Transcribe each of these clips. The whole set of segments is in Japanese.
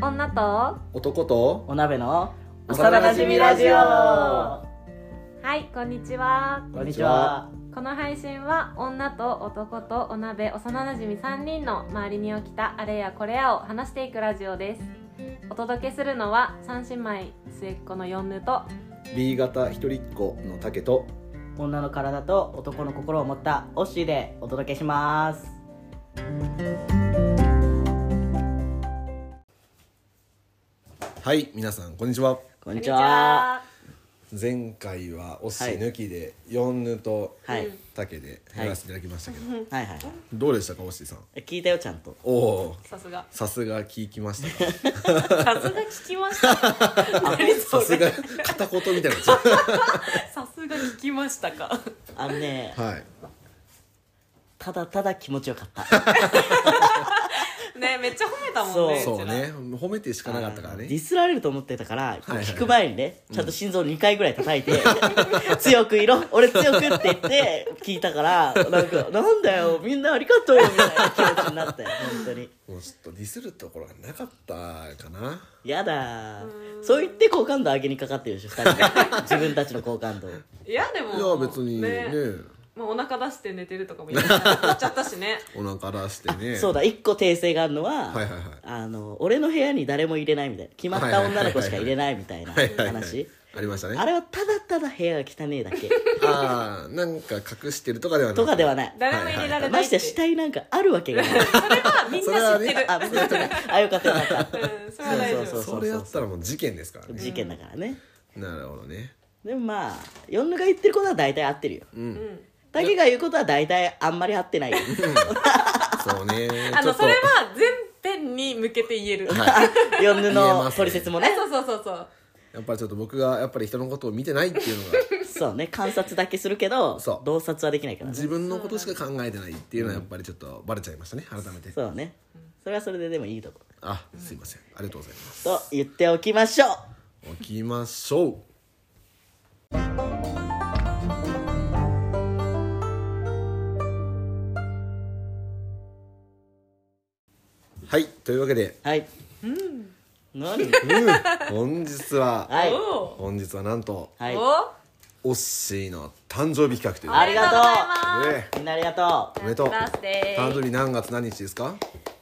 女と男とお鍋の幼馴染ラジオはいこんにちはこんにちはこの配信は女と男とお鍋幼なじみ3人の周りに起きたあれやこれやを話していくラジオですお届けするのは三姉妹末っ子の四女と B 型一人っ子の竹と女の体と男の心を持ったオッシーでお届けしますはい皆さんこんにちはここんにちは前回はおっしー抜きで四ヌとはい竹でやらせていただきましたけど、はいはいどうでしたかおっしーさんえ聞いたよちゃんとおおさすがさすが聞きましたかさすが聞きま したか何そされすが片言みたい になっちゃっさすが聞きましたかあの ねたはいただただ気持ちよかった ねめっちゃ褒めたもんそうねそうちらね褒めてしかなかったからディねスられると思ってたからはいはい聞く前にねちゃんと心臓2回ぐらい叩いて 強くいろ俺強くって言って聞いたからなんかなんだよみんなありがとうみたいな気持ちになったよ本当にもうちょっとディスるところがなかったかなやだーそう言って好感度上げにかかってるでしょ2人 で自分たちの好感度をいやでいやも別にねまあ、お腹出して寝てるとかも言っちゃったし ねお腹出して ねそうだ1個訂正があるのは、はいはいはいあの俺の部屋に誰も入れないみたいな決まった女の子しか入れないみたいなはいはいはい話ありましたねあれはただただ部屋が汚ねえだけああなんか隠してるとかではなくとかではない誰も入れられなまいっしててや死体なんかあるわけがないあみん それはな知ねって るあ別にあよかったよかったうんそれは大丈夫そうそれやったらもう事件ですからね事件だからねなるほどねでもまあ四女が言ってることは大体合ってるようんタケが言うことは大体あんまり合ってないよそうねあちょのっとそれは全編に向けて言える、はい 四女言えまのすね取説もあねそうそうそうそうやっぱりちょっと僕がやっぱり人のことを見てないっていう のがそうね観察だけするけどそう洞察はできないからね自分のことしか考えてないっていうのはやっぱりちょっとバレちゃいましたね改めてそうねそれはそれででもいいとこあすいませんありがとうございますと言っておきましょう起きましょうはいというわけではいうん何 本日ははいおう本日はなんとはいおうオッシーの誕生日企画というありがとうことでねみんなありがとうおめでとうバースデー誕生日何月何日ですか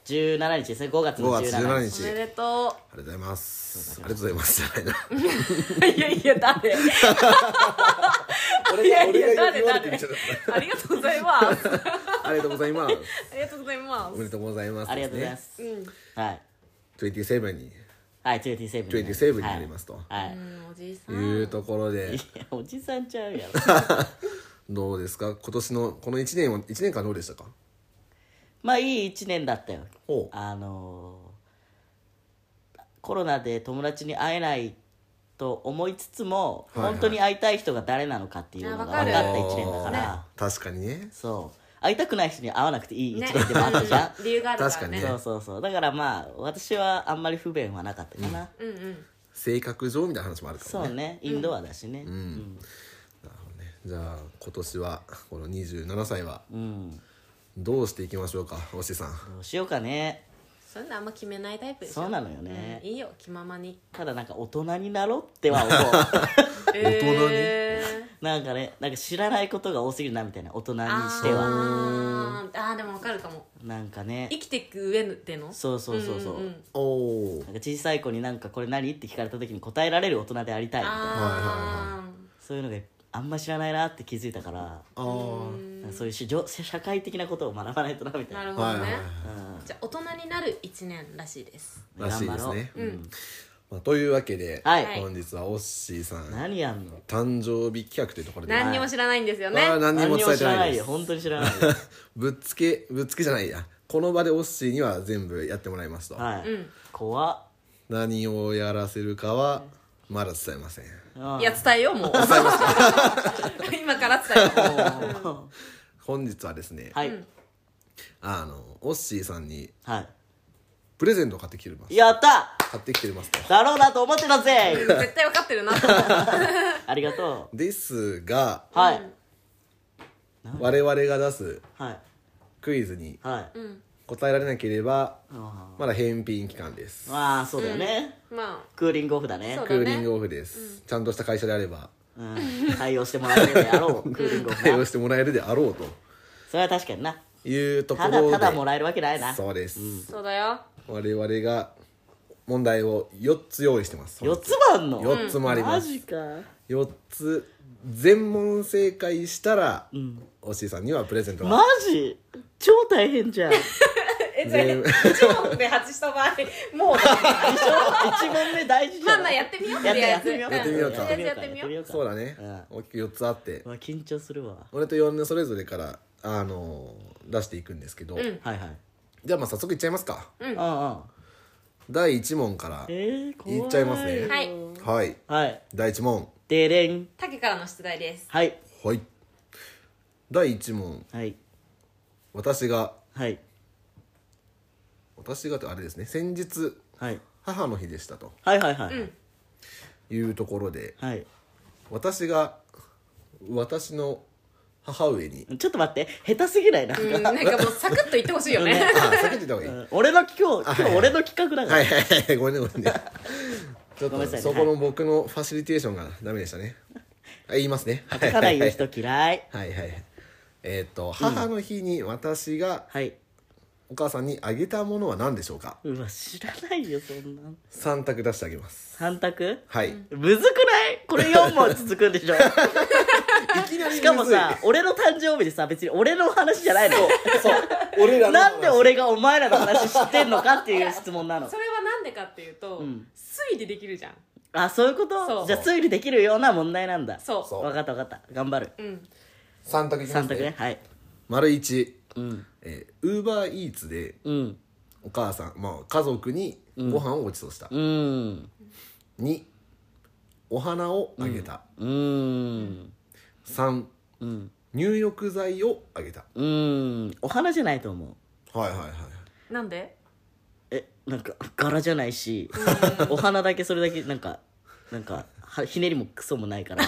17日ですね5 5月の月17 17日日おめでとありがとうございますありがとうございますじゃうないないやいや誰俺が俺が誰言われてみちゃっありがとうございますたありがとうございますありがとうございまおめすでとうございますありがとうございますはいすね27にはい27 27になりますとはい はいうんおじいさんいうところでいやおじさんちゃうやろどうですか今年のこの1年は1年間どうでしたかまあいい1年だったよほうあのーコロナで友達に会えないと思いつつも、はいはい本当に会いたい人が誰なのかっていうのがあ分わかかったる1年だから、確かにねそう会いたくない人に会わなくていい1ね年でもあったじゃん、理由がある確かからねにねそうそうそうだからまあ私はあんまり不便はなかったかな、うんうん性格上みたいな話もあるからそうねインドアだしねうん、なるほどねじゃあ今年はこの27歳はうんどうしていきましょうか星さんどうしようかねそういうのあんま決めないタイプでしょそうなのよねうんいいよ気ままにただなんか大人になろうっては思大人にうなんかねなんか知らないことが多すぎるなみたいな大人にしてはあーあーでもわかるかもなんかね生きていく上でのそうそうそうそう,、んんんおおなんか小さい子になんかこれ何って聞かれた時に答えられる大人でありたいみたいなあそういうのがあんま知らないなって気づいたからああなんかそういうしじょ社会的なことを学ばないとなみーたいななるほはどいはいねはいじゃあ大人になる一年らしいですらしいですね、ううんまあ、というわけで、はい本日はオッシーさん何やんの誕生日企画というところで、何にも知らないんですよねあー何にも伝え知てらなないいでよす本当に知らないよ ぶっつけぶっつけじゃないやこの場でオッシーには全部やってもらいますと、はい、うん怖っ何をやらせるかはまだ伝えませんうんいや伝えようもう今から伝えようん本日はですね、はい、あのオッシーさんにはプレゼントを買ってきてますいやった買ってきてますとだろうなと思ってたうぜ うん絶対分かってるなと思うありがとですがうはい、我々が出すはいクイズにはい、うん答えられなければあまだ返品期間ですーまあそうだよね、まクーリングオフだねそうだクーリングオフです、ちゃんとした会社であればうん、対応してもらえるであろうクーリングオフ対応なしてもらえるであろうそれは確かになというとこたろでだただもらえるわけないなそうです、あそうだよ我々が問題を4つ用意してます四つもあんの4つもありまマす、ジか4つ全問正解したら、おしいさんにはプレゼントマがジ超大変じゃん一えそれ1問で外した場合もう問目大事じゃまあ んまあやってみようとやってりあやえってずみよやってみよううかとりあえずやってみよううそうだね、う大きく4つあって、うわ緊張するわ俺と4年それぞれからあのー出していくんですけど、んはいはいじゃあまあ早速いっちゃいますか、うんうん第1問からえー、怖いいっちゃいますねはいはいはい第1問でれん竹からの出題ですはいはい第1問はい私がはい私がってあれですね先日はい母の日でしたとはいはいはい、いうところではい私が私の母上 にちょっと待って下手すぎないなんうんなか、んかもうサクッと言ってほしいよねあ避けてた方がいいうん俺の今日今日俺の企画だから、はいはいはいごめんねごめ んねちょっごめんなさといねそこの僕のファシリテーションがダメでした ねはい言いますね書かない言う人嫌いはいはいはいえーっと母の日に私がはいお母さんにあげたものは何でしょうかうわ知らないよそんなん3択出してあげます三択はい、むずくないこれ4問続くん でしょしかもさ俺の誕生日でさ別に俺の話じ ゃないの俺らのなんで俺がお前らの話知ってんのかっていう質問な のそれはなんで かっていうと、ん推理できるじゃんあそういうこそとうじゃあ推理できるような問題なんだそうそう分かった分かった頑張るうん3択いきま3す択ねねはい丸1うんえー、ウーバーイーツでうんお母さん、まあ、家族にご飯をごちそうした、うん2お花をあげた、うん3うん入浴剤をあげたうんお花じゃないと思うはいはいはいなんでえなんか柄じゃないしお花だけそれだけなんかなんかはひねりもクソもないから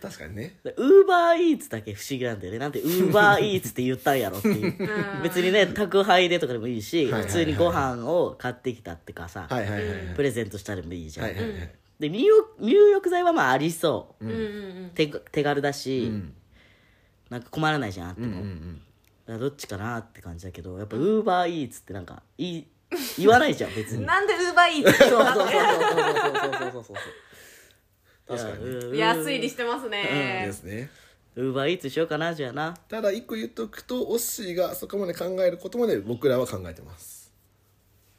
確かにねウーバーイーツだけ不思議なんだよねなんでウーバーイーツって言ったんやろっ ていう別にね宅配でとかでもいいしはいはいはい普通にご飯を買ってきたってかさはいはいはいはいプレゼントしたでもいいじゃはんいはいはいで入浴入浴剤はまあありそううんうん手手軽だし、んなんか困らないじゃんあっても、うんうんだからどっちかなって感じだけどやっぱウーバーイーツってなんかいい言わないじゃん別うんに なんでウーバーイーそうそうそうそうそうそうそうそうツそう確かにそういや推理してますねですねウーバーイーツしようかなじゃあなただ一個言っとくとオッシーがそこまで考えることまで僕らは考えてます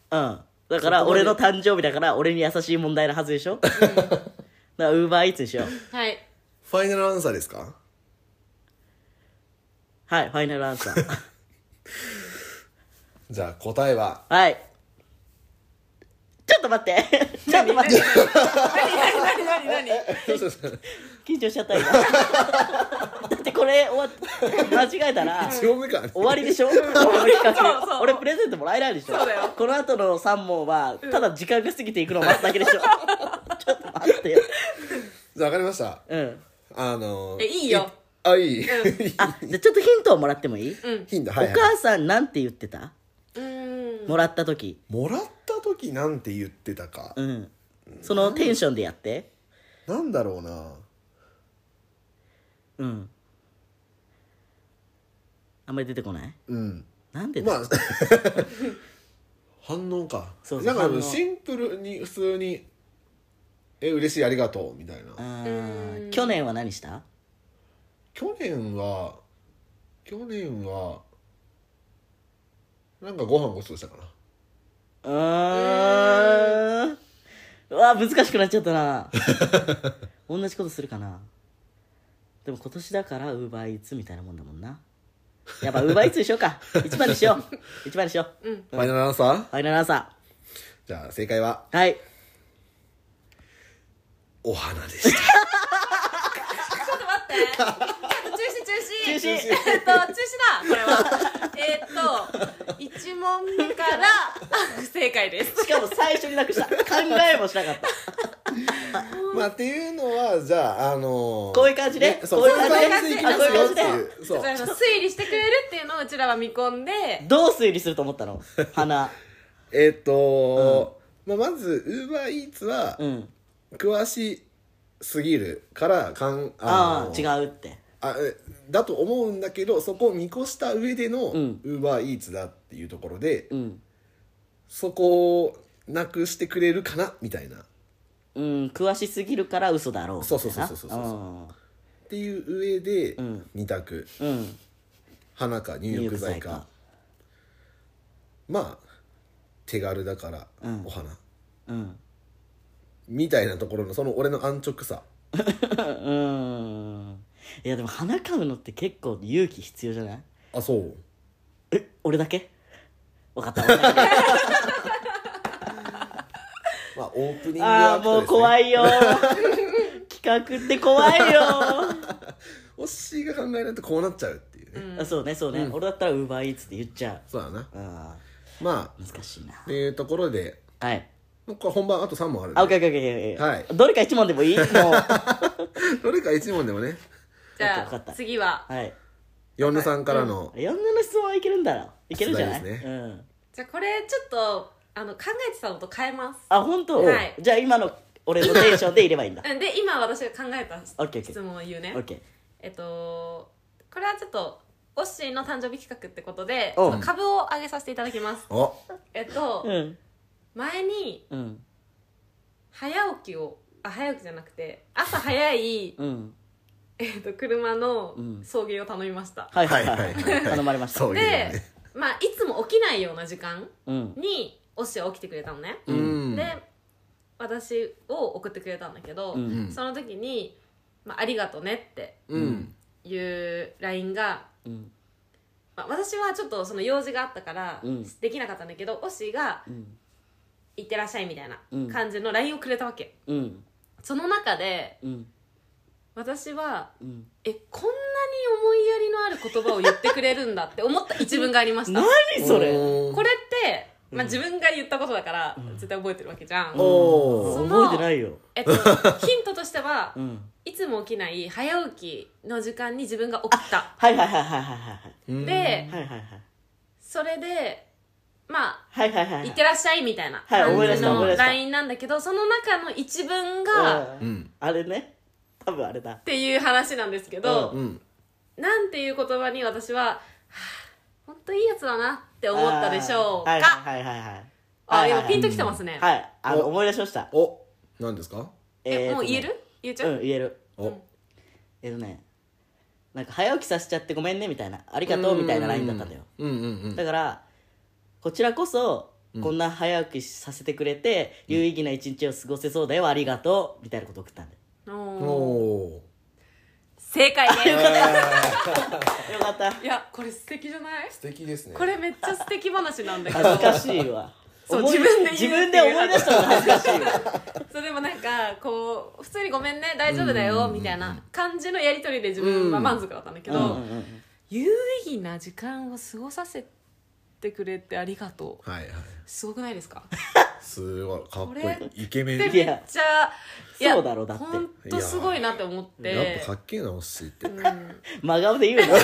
うんだから俺の誕生日だから俺に優しい問題のはずでしょ だからウーバーイーツにしようはいファイナルアンサーですかはいファイナルアンサ ーじゃあ答えははいちょっと待 ってちょっと待って何何何何緊張しちゃった今 だってこれ終わっ間違えたら1問目からね終わりでしょ俺の企そう画そう俺プレゼントもらえないでしょそうだよこの後の3問はただ時間が過ぎていくのを待つだけ でしょちょっと待ってよじゃあ分かりましたうんあのーえいいよあい いあじゃあちょっとヒントをもらってもいい、ヒントおはいはい母さんなんて言ってたうーんもらった時もらった時なんて言ってたかうんそのテンションでやってなんだろうなうんあんまり出てこないうんなんでだ、 まあ反応かそうそうなんか反応シンプルに普通に「え嬉しいありがとう」みたいな、あー去年は何した去年は去年はなんかご飯ごちそうしたかなうーんうわ難しくなっちゃっ たな同じことするかなでも今年だからウーバーイーツみたいなもんだもんなやっぱウーバーイーツにしようか一番に しよう一番にしよう、フファイナルアンサーァイナルアンサじゃあ正解はーはいお花でしたちょっと待ってちょっと中止中止中止えっと中止だこれはえっと一問目からあ不正解ですしかも最初になくした考えもしなかったまあっていうのはじゃああのこういう感じねそうここうういいうう感感じじでねいきますよってあこういいうそうあの推理してくれるっていうのをうちらは見込んでどう推理すると思ったの花えっ、と、まあ、まずウーバーイーツはうん詳しすぎるからかんあのあ違うってあえだと思うんだけどそこを見越した上でのウうんーバーイーツだっていうところで、うんそこをなくしてくれるかなみたいなっうん詳しすぎるから嘘だろうそうそうそうそうそうそうていう上でん2択、うんうん花か入浴剤か入浴剤かまあ手軽だからんお花、うんみたいなところのその俺の安直さうんいやでも花買うのって結構勇気必要じゃないあそうえ俺だけ分かった分かった まあオープニングああもう怖いいよ 企画って怖いよおっしーが考えないとこうなっちゃうっていうね、あそうねそうね、俺だったらウーバーイーツって言っちゃそうだなうあまあー難しいなっていうところではいもうこれ本番あと3問あるんであ、オッケーオッケーオッケーオッケー。はいどれか一問でもいいもう。どれか1問でもねじゃわかったわかあった次ははい。ヨンヌさんからの、 4年の質問はいけるんだろう。いけるんじゃない、出題ですうん。じゃあこれちょっとあの考えてたのと変えますあ、本当、はいじゃあ今の俺のテンションでいればいい んだ。うんで今私が考えたオッケーオッケー質問を言うねオッケー。えっとこれはちょっとオッシーの誕生日企画ってことでうん株を上げさせていただきますおえっと、うん。前にうん。早起きをあ早起きじゃなくて朝早い、うん。えっと、車のうん送迎を頼みました、はいはいはい。はいはいはい頼まれました。そういうでねまあいつも起きないような時間うん。にオッシーは起きてくれたのね、うんで私を送ってくれたんだけど、うんうんその時に、まあ「ありがとね」ってうんいう LINE が、うん。まあ、私はちょっとその用事があったからうんできなかったんだけど、オッシーがうん。 「行ってらっしゃい」みたいなうん感じの LINE をくれたわけ、うん。その中でうん。私はうん。えこんなに思いやりのある言葉を言ってくれるんだって思った一文がありました何それおーこれって、まあ、自分が言ったことだから、絶対覚えてるわけじゃん、おーその覚えてないよ。えっ と、ヒントとしては、うん。いつも起きない早起きの時間に自分が起きたはいはいはいはいはいはい。うんではいはいはい。それでまはいはいはあい。いってらっしゃいみたいなはい感思い出じした思い出のした LINE なんだけどその中の一文がっはうんあれね。多分あれだ。ていう話なんですけど、うんなんていう言葉に私はは「本当いいやつだな」って思ったでしょうか、はいはいはいはい。あはいは今いはいピンときてますね、はい。あの、お思い出しました。お何ですかえーともうね言える言っちゃう、うん、言える。おえっとねなんか早起きさせちゃってごめんねみたいなありがとうみたいなラインだったんだようんうんうんだからこちらこそこんな早起きさせてくれて、有意義な一日を過ごせそうだよありがとうみたいなこと送った んだよおーお正解で すよかったいやこれ素敵じゃない素敵ですねこれめっちゃ素敵話なんだけ恥ずかどしいわ そう思い自分で言う自分で思い出したのが恥ずかしいわそうでもなんかこう普通に「ごめんね大丈夫だよ」みたいな感じのやり取りで自分は満足だったんだけど、うんうんうん有意義な時間を過ごさせてくれてありがとうはいはいすごくないですかすごいかっここれいいイケメンでやいめやっちゃいやそうだろうだってほんとすごいなって思ってっぱかっけえなおっしーって真顔 で言うの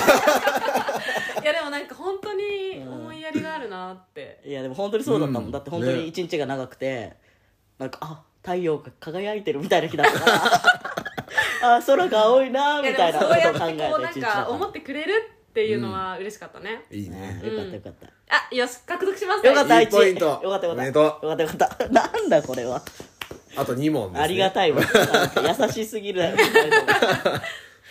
いやでもなんか本当に思いやりがあるなって、いやでも本当にそうだったもん、うんだって本当ねに一日が長くて、なんかあ太陽が輝いてるみたいな日だったから あ空が青いなみいやたいでなもこそうやとっをて考えこうたな一ん日かだ思ってくれるっていうのは嬉しかったね、いいねねよかったよかった、あよし獲得しますね よかったいい1ポイントよかったおよかっためでとうよかったよかった なんだこれは、あと2問ですねありがたいわなんか優しすぎるだろ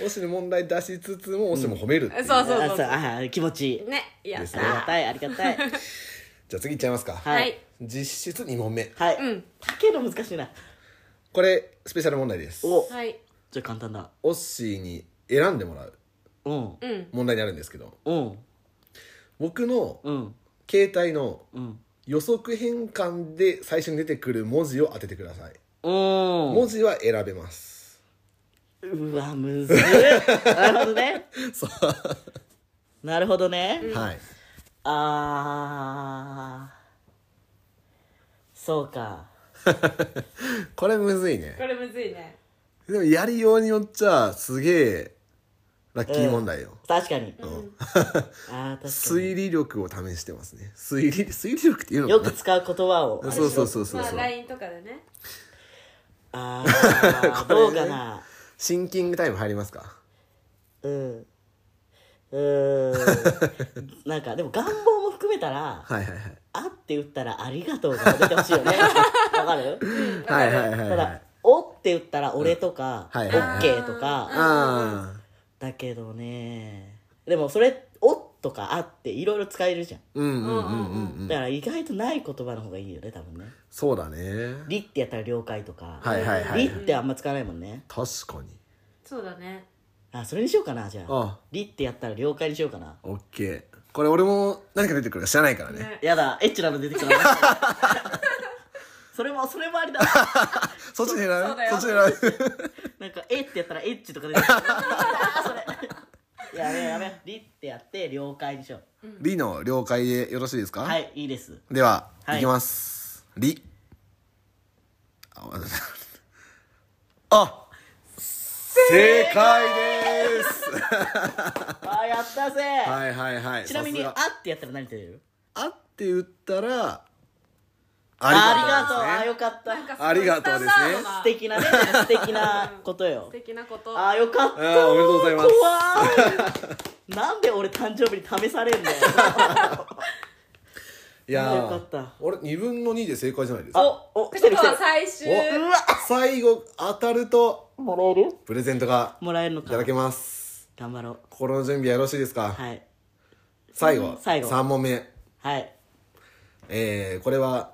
おっしーの問題出しつつもおっしーも褒めるっていうそうそうあそうそうあ気持ちいいねいやですあねりがたいあり がたいじゃあ次いっちゃいますかははいい、実質2問目はい、うんけるの難しいなこれスペシャル問題ですおはいじゃあ簡単だおっしーに選んでもらううんうん問題にあるんですけどうん僕のうん携帯のうん予測変換で最初に出てくる文字を当ててくださいうん文字は選べますうわむずいなるほどね そうなるほどね、はいあーそうかこれむずいねこれむずいねでもやりようによっちゃすげえラッキー問題よ、確かに、ああ 確か推理力を試してますね推理推理力っていうにのよかく使う言葉 をなそうそうそうそうまあそう LINE とかでねあ あどうかなシンキングタイム入りますかうんうーんなんかでも願望も含めたらはいはいはい「あ」って打ったら「ありがとう」が出てほしいよ ねわかるはいはいはいたはだい「お」って打ったら「俺」とか「はいはいはい OK」とかああだけどねでもそれ「お」とか「あ」っていろいろ使えるじゃんうんうんうんうんうんだから意外とない言葉の方がいいよね多分ねそうだね「り」ってやったら「了解」とかはいはいはり」いってあんま使わないもんね確かにそうだねあそれにしようかなじゃああ「り」ってやったら「了解」にしようかなオッケーこれ俺も何か出てくるか知らないからねね やだエッチなの出てきたな それもそれもありだそっち狙うそうだよそっち狙うなんか「え」ってやったら「エッチ」とか出 てきたそれやべえやべえ「り」ってやって「了解」にしようリの了解でよろしいですかはいいいですでは、はいい、きますリあわあ正解ですあやったぜ、はいはいはいちなみに「あさすが」ってやったら何て出るあって言ったらありがとうありがとあうよかったなんかすごいありがとうですねスタンダードな素敵なね素敵なことよ素敵なことあよかっあーたおめでとうございます怖いなんで俺誕生日に試され んだよいやーよかった俺2分の2で正解じゃないですかおおこ来てとる来てはる最終お最後当たるともらえるプレゼントがもらえるのいかただけます頑張ろう心の準備はよろしいですか、はい最後最後3問目はいえー、これは、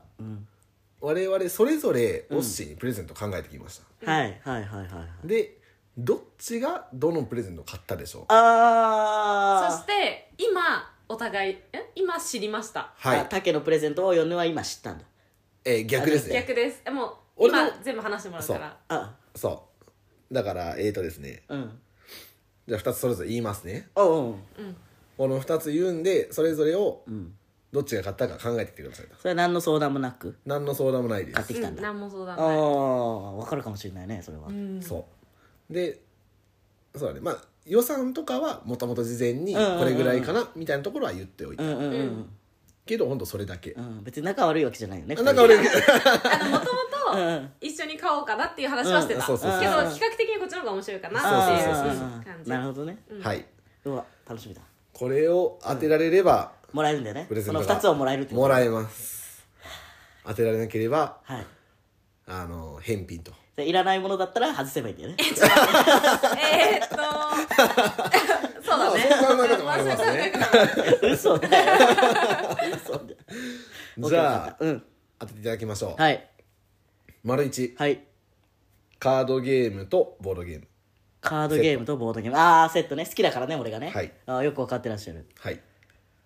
我々それぞれオッシーにプレゼント考えてきました、はいはいはいはいはいでどっちがどのプレゼントを買ったでしょうあそーして今お互いえ今知りましたはあい、竹のプレゼントを米は今知ったんだえー、逆ですね逆ですえもう俺の今全部話してもらうからあそうだからえーとですねうんじゃあ2つそれぞれ言いますねおうおうこの2つ言うんでそれぞれをんどっちが買ったか考えてきてくださいとそれは何の相談もなく何の相談もないで買すってきたうんん、だ、何も相談あないあ分かるかもしれないねそれは、うんそうでそうだねまあ予算とかはもともと事前にこれぐらいかなみたいなところは言っておいて、うんうんうけどほんとそれだけ、ん、別に仲悪いわけじゃないよねあなんか俺あのもともうとん一緒に買おうかなっていう話はしてた、うんそうそうそうけど比較的にこっちの方が面白いかなっていうそうそうあそううんー感じなるほどね はい、うわ楽しみだこれを当てられれば、もらえるんだよねプレゼそントのが2つをもらえるってこともらえます当てられなければはいあの返品とでいらないものだったら外せばいいんだ よねえー、っとそうだねそう考え方もありますねそういう考え方もある嘘 だよ嘘だよじゃあ OK うん当てていただきましょう、はい丸1はいカードゲームとボードゲームカードゲームとボードゲームああセットね好きだからね俺がね、はいあーよく分かってらっしゃるはい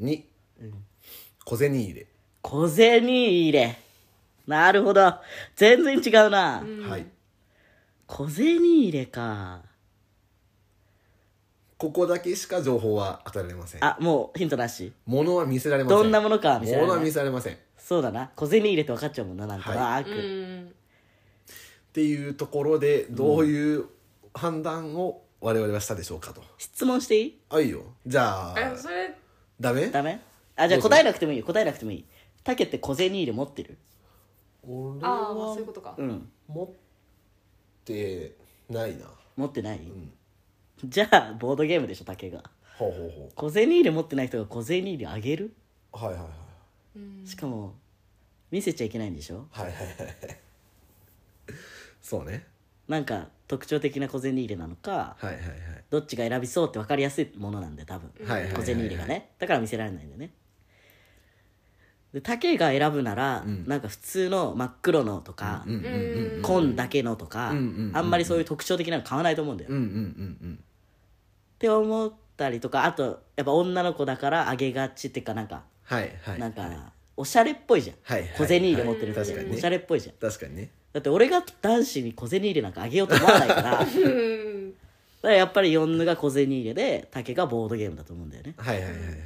2、小銭入れ、小銭入れなるほど全然違うな、はい小銭入れかここだけしか情報は与えられませんあもうヒントなし物は見せられませんどんなものかは見せられない物は見せられませんっそうだな小銭入れって分かっちゃうもんななんか、 はいわーくうんていうところでどういう判断を我々はしたでしょうかと、質問していいあいいよじゃあえそれダメダメあじゃあどうする答えなくてもいいよ答えなくてもいいタケって小銭入れ持ってる俺ああまあはそういうことかうん持ってないな持ってない、じゃあボードゲームでしょタケがほうほうほ小銭入れ持ってない人が小銭入れあげるうはいはいはいしかも見せちゃいけないんでしょはいはいはいそうねなんか特徴的な小銭入れなのかはいはいはいどっちが選びそうって分かりやすいものなんで多分はいはいはい小銭入れがねだから見せられないんだよねで竹が選ぶなら、なんか普通の真っ黒のとか、うんうんうん紺だけのとか、んうんうんうんあんまりそういう特徴的なの買わないと思うんだよ、うんうっんうんて思ったりとかあとやっぱ女の子だからあげがちっていうかなんか、はいはいなんかおしゃれっぽいじゃん、はいはい小銭入れ持ってるはい時確かにねおしゃれっぽいじゃん確かにねだって俺が男子に小銭入れなんかあげようと思わな いからだからやっぱりヨンヌが小銭入れで竹がボードゲームだと思うんだよねはいはいはいはい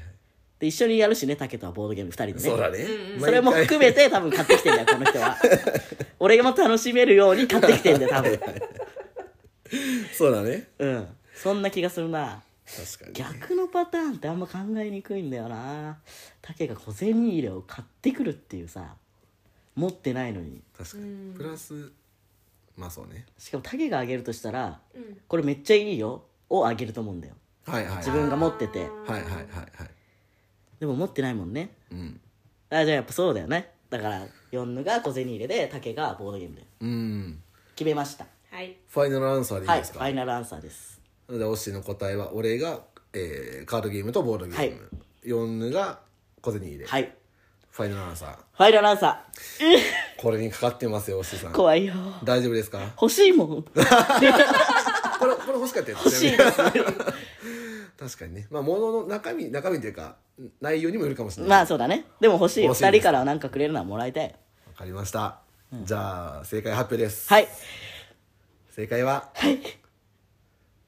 で一緒にやるしね竹とはボードゲーム2人でねそうだね、それも毎回含めて多分買ってきてんだよこの 人は俺も楽しめるように買ってきてんだよ多分そうだねうんそんな気がするな確かに逆のパターンってあんま考えにくいんだよな竹が小銭入れを買ってくるっていうさ持ってないのに確かにプラスまあそうねしかも竹があげるとしたらうんこれめっちゃいいよをあげると思うんだよはいはい自分が持っててはいはいはいはいでも持ってないもんねうんあじゃあやっぱそうだよねだからヨンヌが小銭入れで竹がボードゲームでうん決めましたはいファイナルアンサーでいいはいですフか、ァイナルアンサーですなのでオッシーの答えは俺が、えーカードゲームとボードゲーム、はヨンヌが小銭入れ、はいファイナルアンサーファイナルアンサこれにかかってますよオッシーさーん怖いよ大丈夫ですか欲しいも んこれこれ欲しかったやつ欲しいです確かにねまあ物の中身中身というか内容にもよるかもしれないまあそうだねでも欲しいよ欲しいです2人からはなんかくれるのはもらいたいわかりました、じゃあ正解発表です、はい正解は、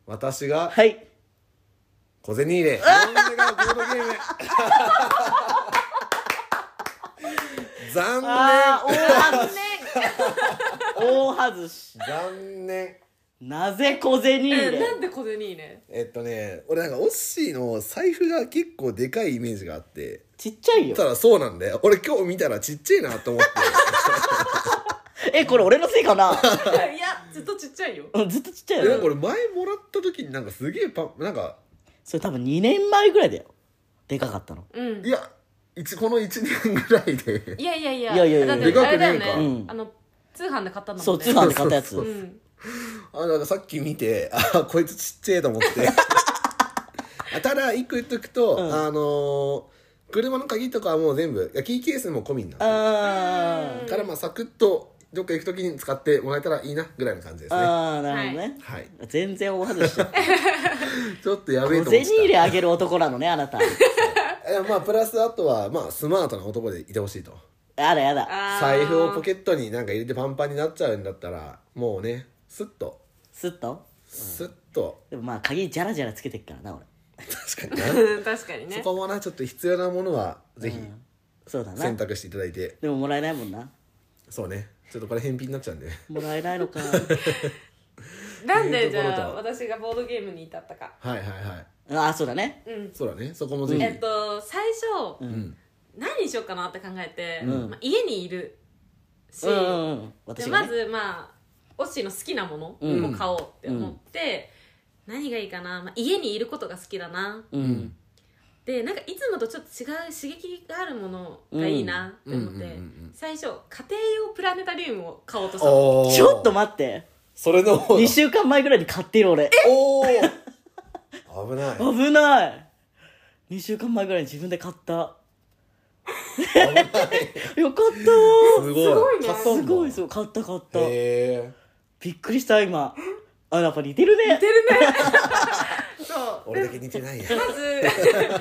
私がはい小銭入れヨンヌがボードゲーム 残念ああ残念大外し大外し残念なぜ小銭入えなんれで小銭いいね えっとね俺なんかオッシーの財布が結構でかいイメージがあってちっちゃいよただそうなんだよ俺今日見たらちっちゃいなと思って えこれ俺のせい かないやずっとちっちゃいようんずっとちっちゃいえなんよかね俺前もらった時になんかすげえパンなんかそれ多分2年前ぐらいだよでかかったのうんいや一この1年ぐらいでいやいやいやいやいやいやだってあれだよでかくね、ねえかあの通販で買ったんだもんねそう通販で買ったやそううつんあなんかさっき見てあこいつちっちゃいと思って あただ一個言っとくと、んあのー車の鍵とかはもう全部いやキーケースも込みになってるあーからまあサクッとどっか行く時に使ってもらえたらいいなぐらいの感じですねはあーなるほどねい全然大外しだったちょっとやべえ小と思っ銭て入れあげる男なのねあなたたいやまあプラスあとはまあスマートな男でいてほしいとやだやだあー財布をポケットになんか入れてパンパンになっちゃうんだったらもうねスッとスッとスッと、でもまあ鍵ジャラジャラつけてっからな俺確かになうん 確かにそねこもなちょっと必要なものはぜひそうだ選な択していただいて、でももらえないもんなそうねちょっとこれ返品になっちゃうんでもらえな いのかなんでじいうとこゃあろと私がボードゲームに至ったかはいはいはいああそうだねうんそうだねそこもぜひ、えっと最初、ん何にしようかなって考えて、うんまあ、家にいるし、うんうんうんで私がまねずまあオッシーの好きなもうんのを買おうって思って、何がいいかな、まあ、家にいることが好きだなうんでなんかいつもとちょっと違う刺激があるものがいいなって思って、うんうんうんうん最初家庭用プラネタリウムを買おうとしたのおーちょっと待ってそれの方2週間前ぐらいに買ってる俺おお危 ない危ない2週間前ぐらいに自分で買った危ない よかったすごすいごいね買ったんすだごいそう買った買ったへえびっくりした今あやっぱ似てるね そう俺だけ似てないやまず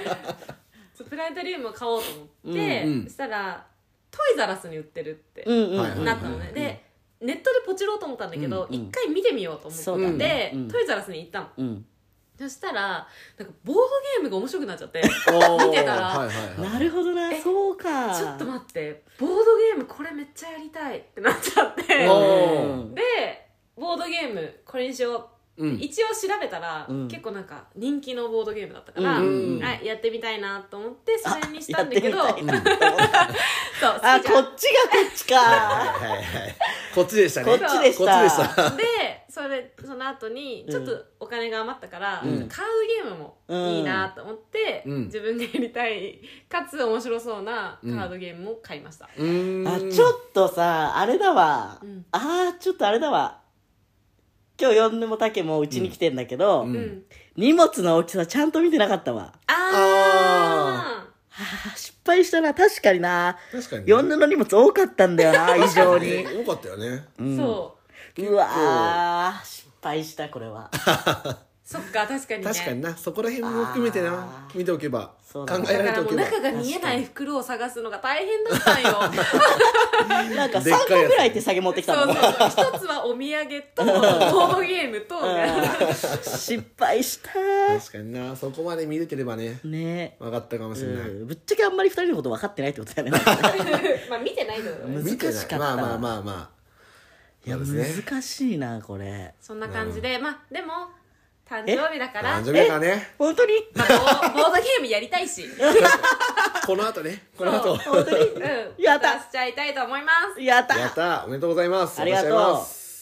そうプラネタリウムを買おうと思って、うんうんそしたらトイザラスに売ってるってうんうん、はいはいなったのね、でネットでポチろうと思ったんだけどうん一、回見てみようと思って、そうだでね、うんトイザらスに行ったのうんそしたらなんかボードゲームが面白くなっちゃってち見見てたらはいはいはい、なるほどなえそうかょっと待ってボードゲームこれめっちゃやりたいってなっちゃっておでボードゲームこれにしようう、ん、一応調べたら、うん結構なんか人気のボードゲームだったから、うんうんうんはい、やってみたいなと思ってそれにしたやんっだてけみどたいな そう好きじゃあんこっちがこっち かはいはいはいこっちでしたねこっちでしたこっちでしたでそれその後にちょっとお金が余ったから、うん買うゲームもいいなと思って、うん自分がやりたいかつ面白そうなカードゲームを買いました、うーんあちょっとさあれだわ、うんあーちょっとあれだわ今日四ヌも竹もうちに来てんだけど、ううんん、荷物の大きさちゃんと見てなかったわああー失敗したな確かにな確かにね四ヌの荷物多かったんだ よな異常に、多かったよねーそううわー失敗したこれはそそっか確かにね確かになそこら辺も含めてなあー見ておけばそ考うだねえらだれからておもうけば中が見えない袋を探すのが大変だったんよなんかで3っかいやつ個ぐらい手下げ持ってきたそもうんそうそう一つはお土産とボードゲームと 失敗した確かになそこまで見れてればねね分かったかもしれない、うんぶっちゃけあんまり2人のこと分かってないってことだ よねまあ見てないけどね難見してかなっいたまあまあまあまあいやそうですね難しいなこれそんな感じでまあでも誕生日だから誕生日だからね 本当にまあ、ボーボードゲームやりたいしこの後ねこの後本当にうんやった渡しちゃいたいと思いまやったやったおめでとうございますありがとうおめでとうございます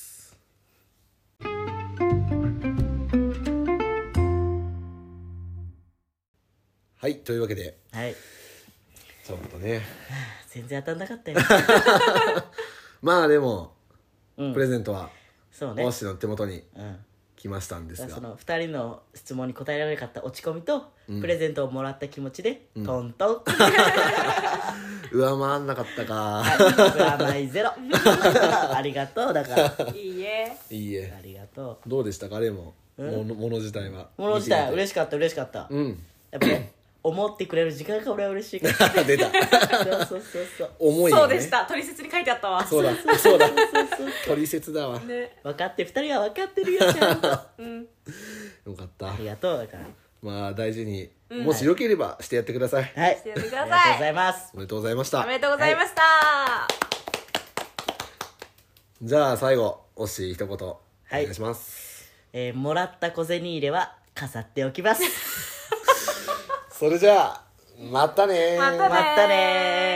はいというわけではいちょっとね全然当たんなかった よまあでも、うんプレゼントはそうね大志の手元にうん来ましたんですだからがその2人の質問に答えられなかった落ち込みと、プレゼントをもらった気持ちで、トントン上回んなかったかプラマイゼ ロありがとうだからあすいいえいいえりがとどうでしたかでもものもの自体はう物自体見てみて嬉しかった嬉しかった、うんやっぱね思ってくれる時間が俺は嬉しいか ら 出たそうそうそうそう重いよねそうでした取説に書いてあったわそうだそうだ取説だわね分かって2人は分かってるよちゃんとあよかったりがとうだからまあ大事にもしよければしてやってくださいはいしてやってくださいありがとうございますおめでとうございましたおめでとうございました、じゃあ最後おし一言お願いしますえーもらった小銭入れは飾っておきますそれじゃあまたねまたねまたねー